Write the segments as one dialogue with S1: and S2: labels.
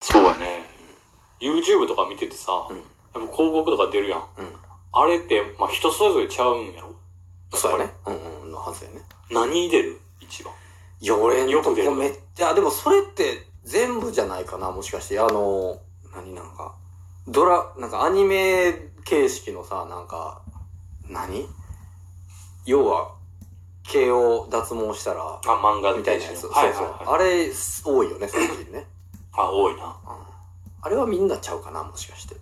S1: そうやね。
S2: YouTube とか見ててさ、
S1: うん
S2: やっぱ広告とか出るやん。
S1: うん。
S2: あれって、まあ、人それぞれちゃうんやろ
S1: そうやね。うんうん、のはずやね。
S2: 何出る一番。
S1: いや、俺ん
S2: よ
S1: と
S2: く出
S1: こ
S2: る
S1: めっちゃ、でもそれって全部じゃないかな、もしかして。あの、何なんか、ドラ、なんかアニメ形式のさ、なんか、何要は、毛を脱毛したら、
S2: あ、漫画
S1: み
S2: み
S1: た
S2: た
S1: い
S2: いな
S1: なや
S2: や
S1: つ。
S2: つ。
S1: そうそう。
S2: はいはいはい。
S1: あれ、多いよね、最近ね。
S2: あ、多いな。
S1: うんあれはみんなちゃうかな、もしかして。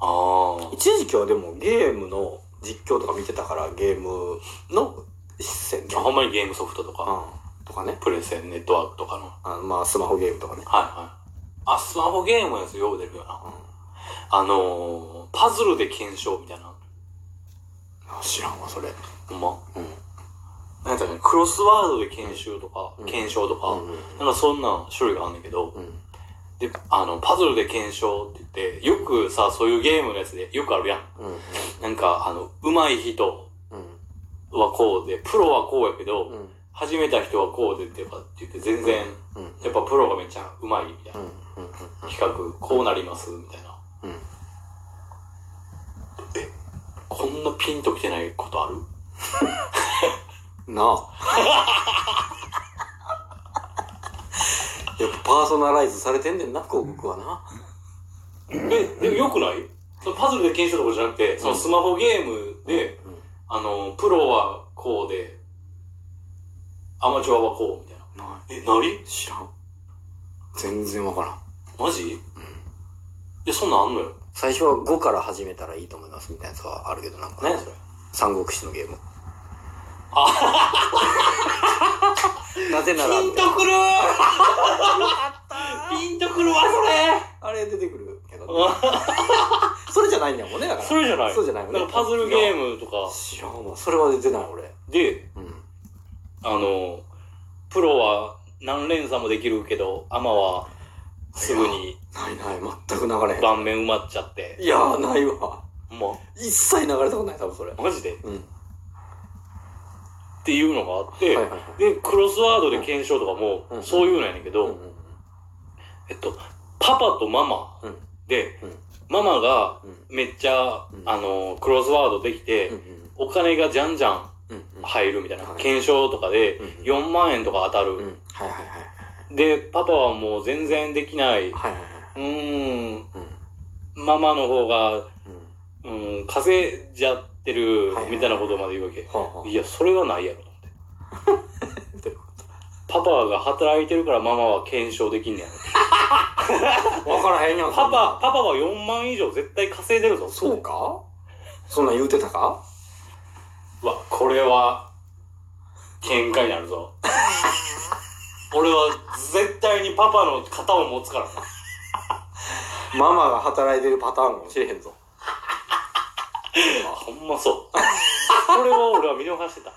S2: ああ。
S1: 一時期はでもゲームの実況とか見てたから、ゲームの宣
S2: あ
S1: 伝。
S2: ほんまにゲームソフトとか、
S1: うんとかね。
S2: プレセンネットワークとかの。はい
S1: あのまあ、スマホゲームとかね。
S2: はい。あ、スマホゲームのやつよう出るよな。あのー、パズルで検証みたいな。
S1: あ知らんわ、それ。
S2: ほんま。
S1: うん。
S2: なんかね、クロスワードで研修とか、
S1: うん
S2: 検証とか、
S1: うんうん
S2: なんかそんな種類があるんだけど、
S1: うん。
S2: で、あの、パズルで検証って言って、よくさ、そういうゲームのやつでよくあるやん。
S1: うん。
S2: なんか、あの、上手い人
S1: うん。
S2: はこうで、プロはこうやけど、
S1: うん。
S2: 始めた人はこうでってかって言って、全然、
S1: うん。
S2: やっぱプロがめっちゃ上手いみたいな
S1: う。ん。うん。
S2: 企画、こうなります、みたいな。
S1: うん。
S2: こんなピンときてないことある
S1: なあ。やっぱパーソナライズされてんねんな、広告はな。
S2: え、でもよくないそのパズルで検証とかじゃなくて、そのスマホゲームで、
S1: うん、
S2: あの、プロはこうで、アマチュアはこう、みたいな。
S1: な
S2: え、なに
S1: い。知らん。全然わからん。
S2: マジえ、そんなんあんのよ。
S1: 最初は5から始めたらいいと思いますみたいなやつはあるけど、なんかね
S2: 何、それ
S1: 三国志のゲーム。なぜなら、
S2: ピンとくるピンとくるわ、
S1: あれ出てくるけど、ね、
S2: それ
S1: それじゃないんだもんね、だから。
S2: それじゃない。
S1: そうじゃないもんね
S2: なんかパズルゲームとか、
S1: 知らんわ。それは出てない、俺。
S2: で、
S1: うん。
S2: あの、プロは何連鎖もできるけど、アマはすぐに
S1: ないない、全く流れへん。
S2: 顔面埋まっちゃって。
S1: いやー、ないわ。
S2: ほん
S1: 一切流れたことない、多分それ。
S2: ま、マジでっ
S1: うん。
S2: ていうのがあって、
S1: はいはいはい
S2: で、クロスワードで検証とかも、
S1: うん
S2: そういうのやねんけど、
S1: うんうん
S2: えっと、パパとママ
S1: うん
S2: で、
S1: うん
S2: ママが
S1: うん
S2: めっちゃ、
S1: うん
S2: あの、クロスワードできて、
S1: うん
S2: お金がじゃんじゃん
S1: うんうん
S2: 入るみたいな、
S1: はい
S2: 検証とかで
S1: うんうん
S2: 4万円とか当た
S1: う
S2: る、
S1: んはいはいはい
S2: で、パパはもう全然できない。う
S1: はいはいはい
S2: ーん、
S1: うん
S2: ママの方が
S1: うん
S2: うん、稼いじゃってる
S1: はいはい
S2: みたいなことまで言うわけ。
S1: はあはい
S2: や、それはないやろと思って。
S1: あというこ
S2: パパが働いてるからママは検証できんねやろ。
S1: とわからへんやん
S2: パ
S1: そんな
S2: パ、パパは4万以上絶対稼いでるぞ。
S1: そうかそんなん言うてたか
S2: うわ、これは、喧嘩になる ぞ。俺は絶対にパパの肩を持つからな。
S1: ママが働いてるパターンかもしれへんぞ。
S2: ほんまそう。 これは俺は見逃してた。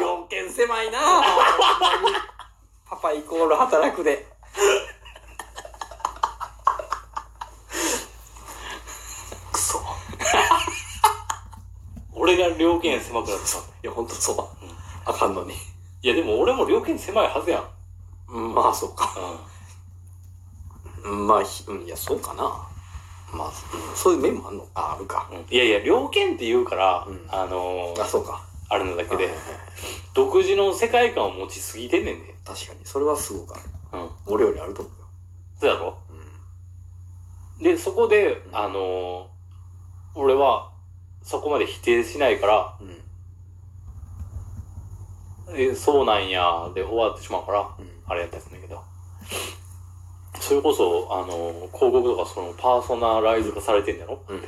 S1: 要件狭いなぁ。 パパイコール働くで。
S2: くそ。俺が両肩狭くなってた。
S1: いや、ほんとそう。あかんのに。
S2: いや、でも俺も両肩狭いはずやん。
S1: まあ、そうか。
S2: うん。
S1: まあ、ひうんいや、そうかな。まあ、うんそういう面もあんのあ、あるか。
S2: いやいや、猟犬って言うから、
S1: うん
S2: あのー
S1: あ、そうか。
S2: あれなだけで
S1: はい、はいはい
S2: 独自の世界観を持ちすぎてんねんで。
S1: 確かに。それはすごくある。
S2: うん。
S1: 俺よりあると思うよ。
S2: そうやろ
S1: うん
S2: で、そこで、
S1: うん
S2: あのー俺は、そこまで否定しないから、
S1: うん。
S2: え、そうなんや、で終わってしまうから、
S1: うん
S2: あれやったんだけど。それこそ、あのー広告とかそのパーソナライズ化されてんだろ
S1: うん。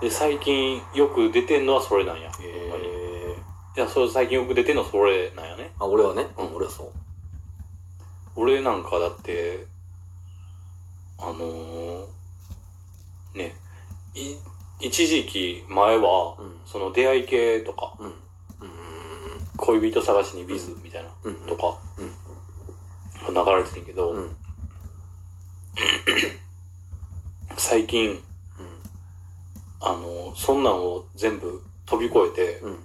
S2: で、最近よく出てんのはそれなんや。ほんまにい
S1: えー
S2: や、それ最近よく出てんのはそれなんやね。
S1: あ、俺はね。う
S2: うん
S1: ん、俺はそう。
S2: 俺なんかだって、あのー、ね、い、一時期前は、
S1: うん
S2: その出会い系とか、
S1: うん。うん。
S2: 恋人探しにビズみたいな、
S1: うん。
S2: とか、
S1: うん
S2: 流れてるけど、
S1: うん。うん。
S2: 最近、あのーそんなんを全部飛び越えて、
S1: うん。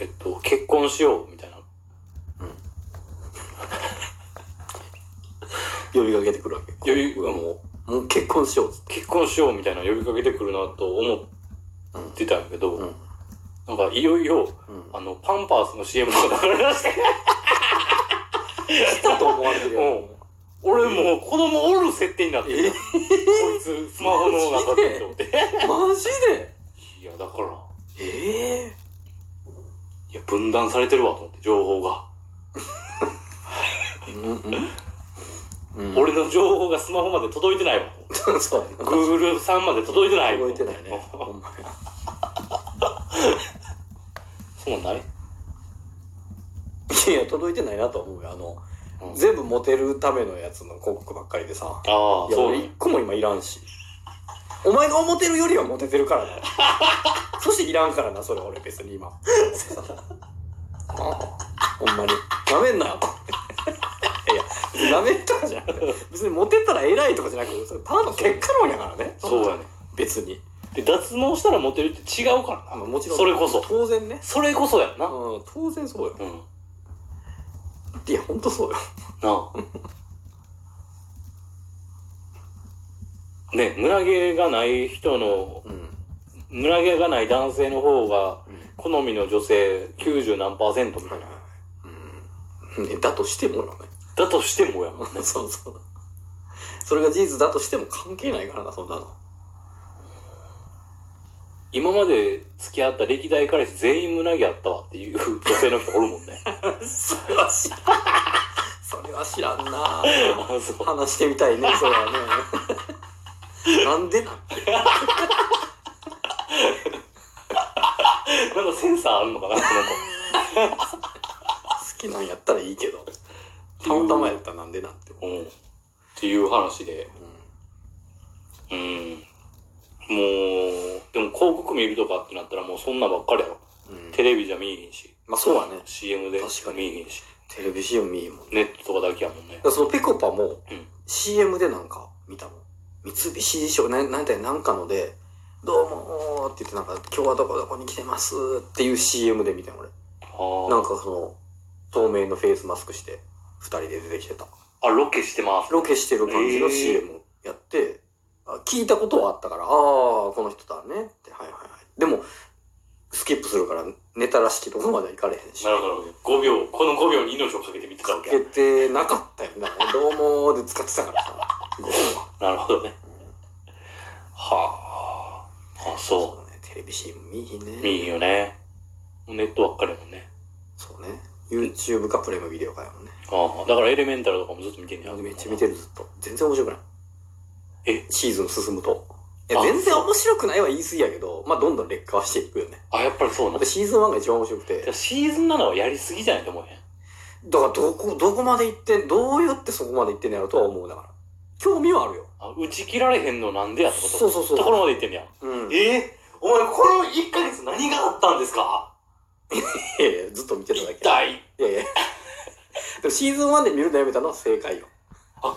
S2: えっと、結婚しようみたいな。
S1: 呼びかけてくるわけ。
S2: 呼び
S1: うわもう、もう結婚しようっつって。
S2: 結婚しようみたいな呼びかけてくるなと思ってたんやけど、
S1: うん。うん。
S2: なんかいよいよ、
S1: うん。
S2: あの、パンパースの CM とか流れ出して、
S1: 来たと思われてるやん。
S2: うん俺もう子供おる設定になってる、
S1: え
S2: こいつスマホの中でと思って。
S1: マジで
S2: いや、だから、
S1: ええ
S2: いや、分断されてるわと思って、情報が。
S1: うん。うん。
S2: 俺の情報がスマホまで届いてないわと思 って。
S1: と、そう。
S2: Google さんまで届いてない
S1: 動いてないね。
S2: うん
S1: ほんまや
S2: そうなんだね。
S1: いや、届いてないなと思うよ。あの、
S2: うん
S1: 全部モテるためのやつの広告ばっかりでさ。
S2: ああ、
S1: いや、
S2: そう
S1: 俺
S2: ね
S1: 一個も今いらんし。お前が思ってるよりはモテてるからな。 そしていらんからな、それ俺別に今。 あほんまに。なめんなよ。 いや、なめんとかじゃなくて、別にモテたら偉いとかじゃなくて、それただの結果論やからね。
S2: そうやね。
S1: 別に。
S2: で、脱毛したらモテるって違うから
S1: あ
S2: な。
S1: のもちろん。
S2: それこそ。
S1: 当然ね。
S2: それこそやんな。
S1: うん、当然そうよ。
S2: うん。ない
S1: や、ほんとそうよ。
S2: あ。ね、胸毛がない人の、
S1: うん。
S2: 胸毛がない男性の方が
S1: うん、
S2: 好みの女性90何パーセントみたいな。
S1: うん。ね、だとしてもなね。
S2: だとしてもやもんね。
S1: そうそう。それが事実だとしても関係ないからな、そんなの。
S2: 今まで付き合った歴代彼氏全員胸毛あったわっていう 女性の人おるもんね。
S1: それは知らん。それは知らんな
S2: あそう
S1: 話してみたいね、それはね。なんでなんて。
S2: なんかセンサーあるのかな、この
S1: 好きなんやったらいいけど。たまたまやったらなんでなんて。
S2: 子。うん。っていう話で。うん。もう、でも広告見るとかってなったらもうそんなばっかりやろ。
S1: うん。うん、
S2: テレビじゃ見えへんし。
S1: まあそうはね。
S2: CM で
S1: 確かに
S2: 見えへんし。
S1: テレビ CM 見いもんね。
S2: ネットとかだけやもんね
S1: だか。らそのペコパも
S2: うん
S1: CM でなんか見たもん。三菱地所、ななんてなんかので、どうもーって言ってなんか、今日はどこどこに来てますっていう CM で見てん俺。な
S2: あ
S1: んかその、透明のフェイスマスクして、二人で出てきてた。
S2: あ。あ、ロケしてます。
S1: ロケしてる感じの
S2: えー
S1: CM やって、あ聞いたことはあったから、ああ、この人だねって、はいはいはい。でも、スキップするから、ネタらしきところまでは行かれへんし
S2: な。るほど。5秒、この5秒に命をかけて見てたわけや
S1: 受け。てなかっ たよな。どうもーで使ってたからさ、ご飯は。
S2: なるほどね。はあ。あ、そう。
S1: そうね、テレビ CM 見ひんね。
S2: いいよね。もうネットばっかりやもんね。
S1: そうね。YouTube かプレムビデオかやもんね。
S2: ああ、だからエレメンタルとかもずっと見てんねや。
S1: めっちゃ見てるずっと。全然面白くない。
S2: え
S1: シーズン進むと。いや
S2: あ
S1: 全然面白くないは言い過ぎやけど、まあどんどん劣化はしていくよね。
S2: あ、やっぱりそうなん
S1: だって
S2: だ。
S1: シーズン1が一番面白くて。だか
S2: シーズン7はやりすぎじゃないと思うへん。
S1: らどこ、どこまで行ってん、どうやってそこまで行ってんのやろとは思うだから。興味はあるよ。
S2: あ、打ち切られへんのなんでやってこと
S1: そうそうそう
S2: ところまで言ってんねや。
S1: うん。い
S2: ええお前この1ヶ月何があったんですか
S1: やいや、ずっと見てただ
S2: 一
S1: け。
S2: 体
S1: いやいや。でもシーズン1で見るのやめたのは正解よ。
S2: あ、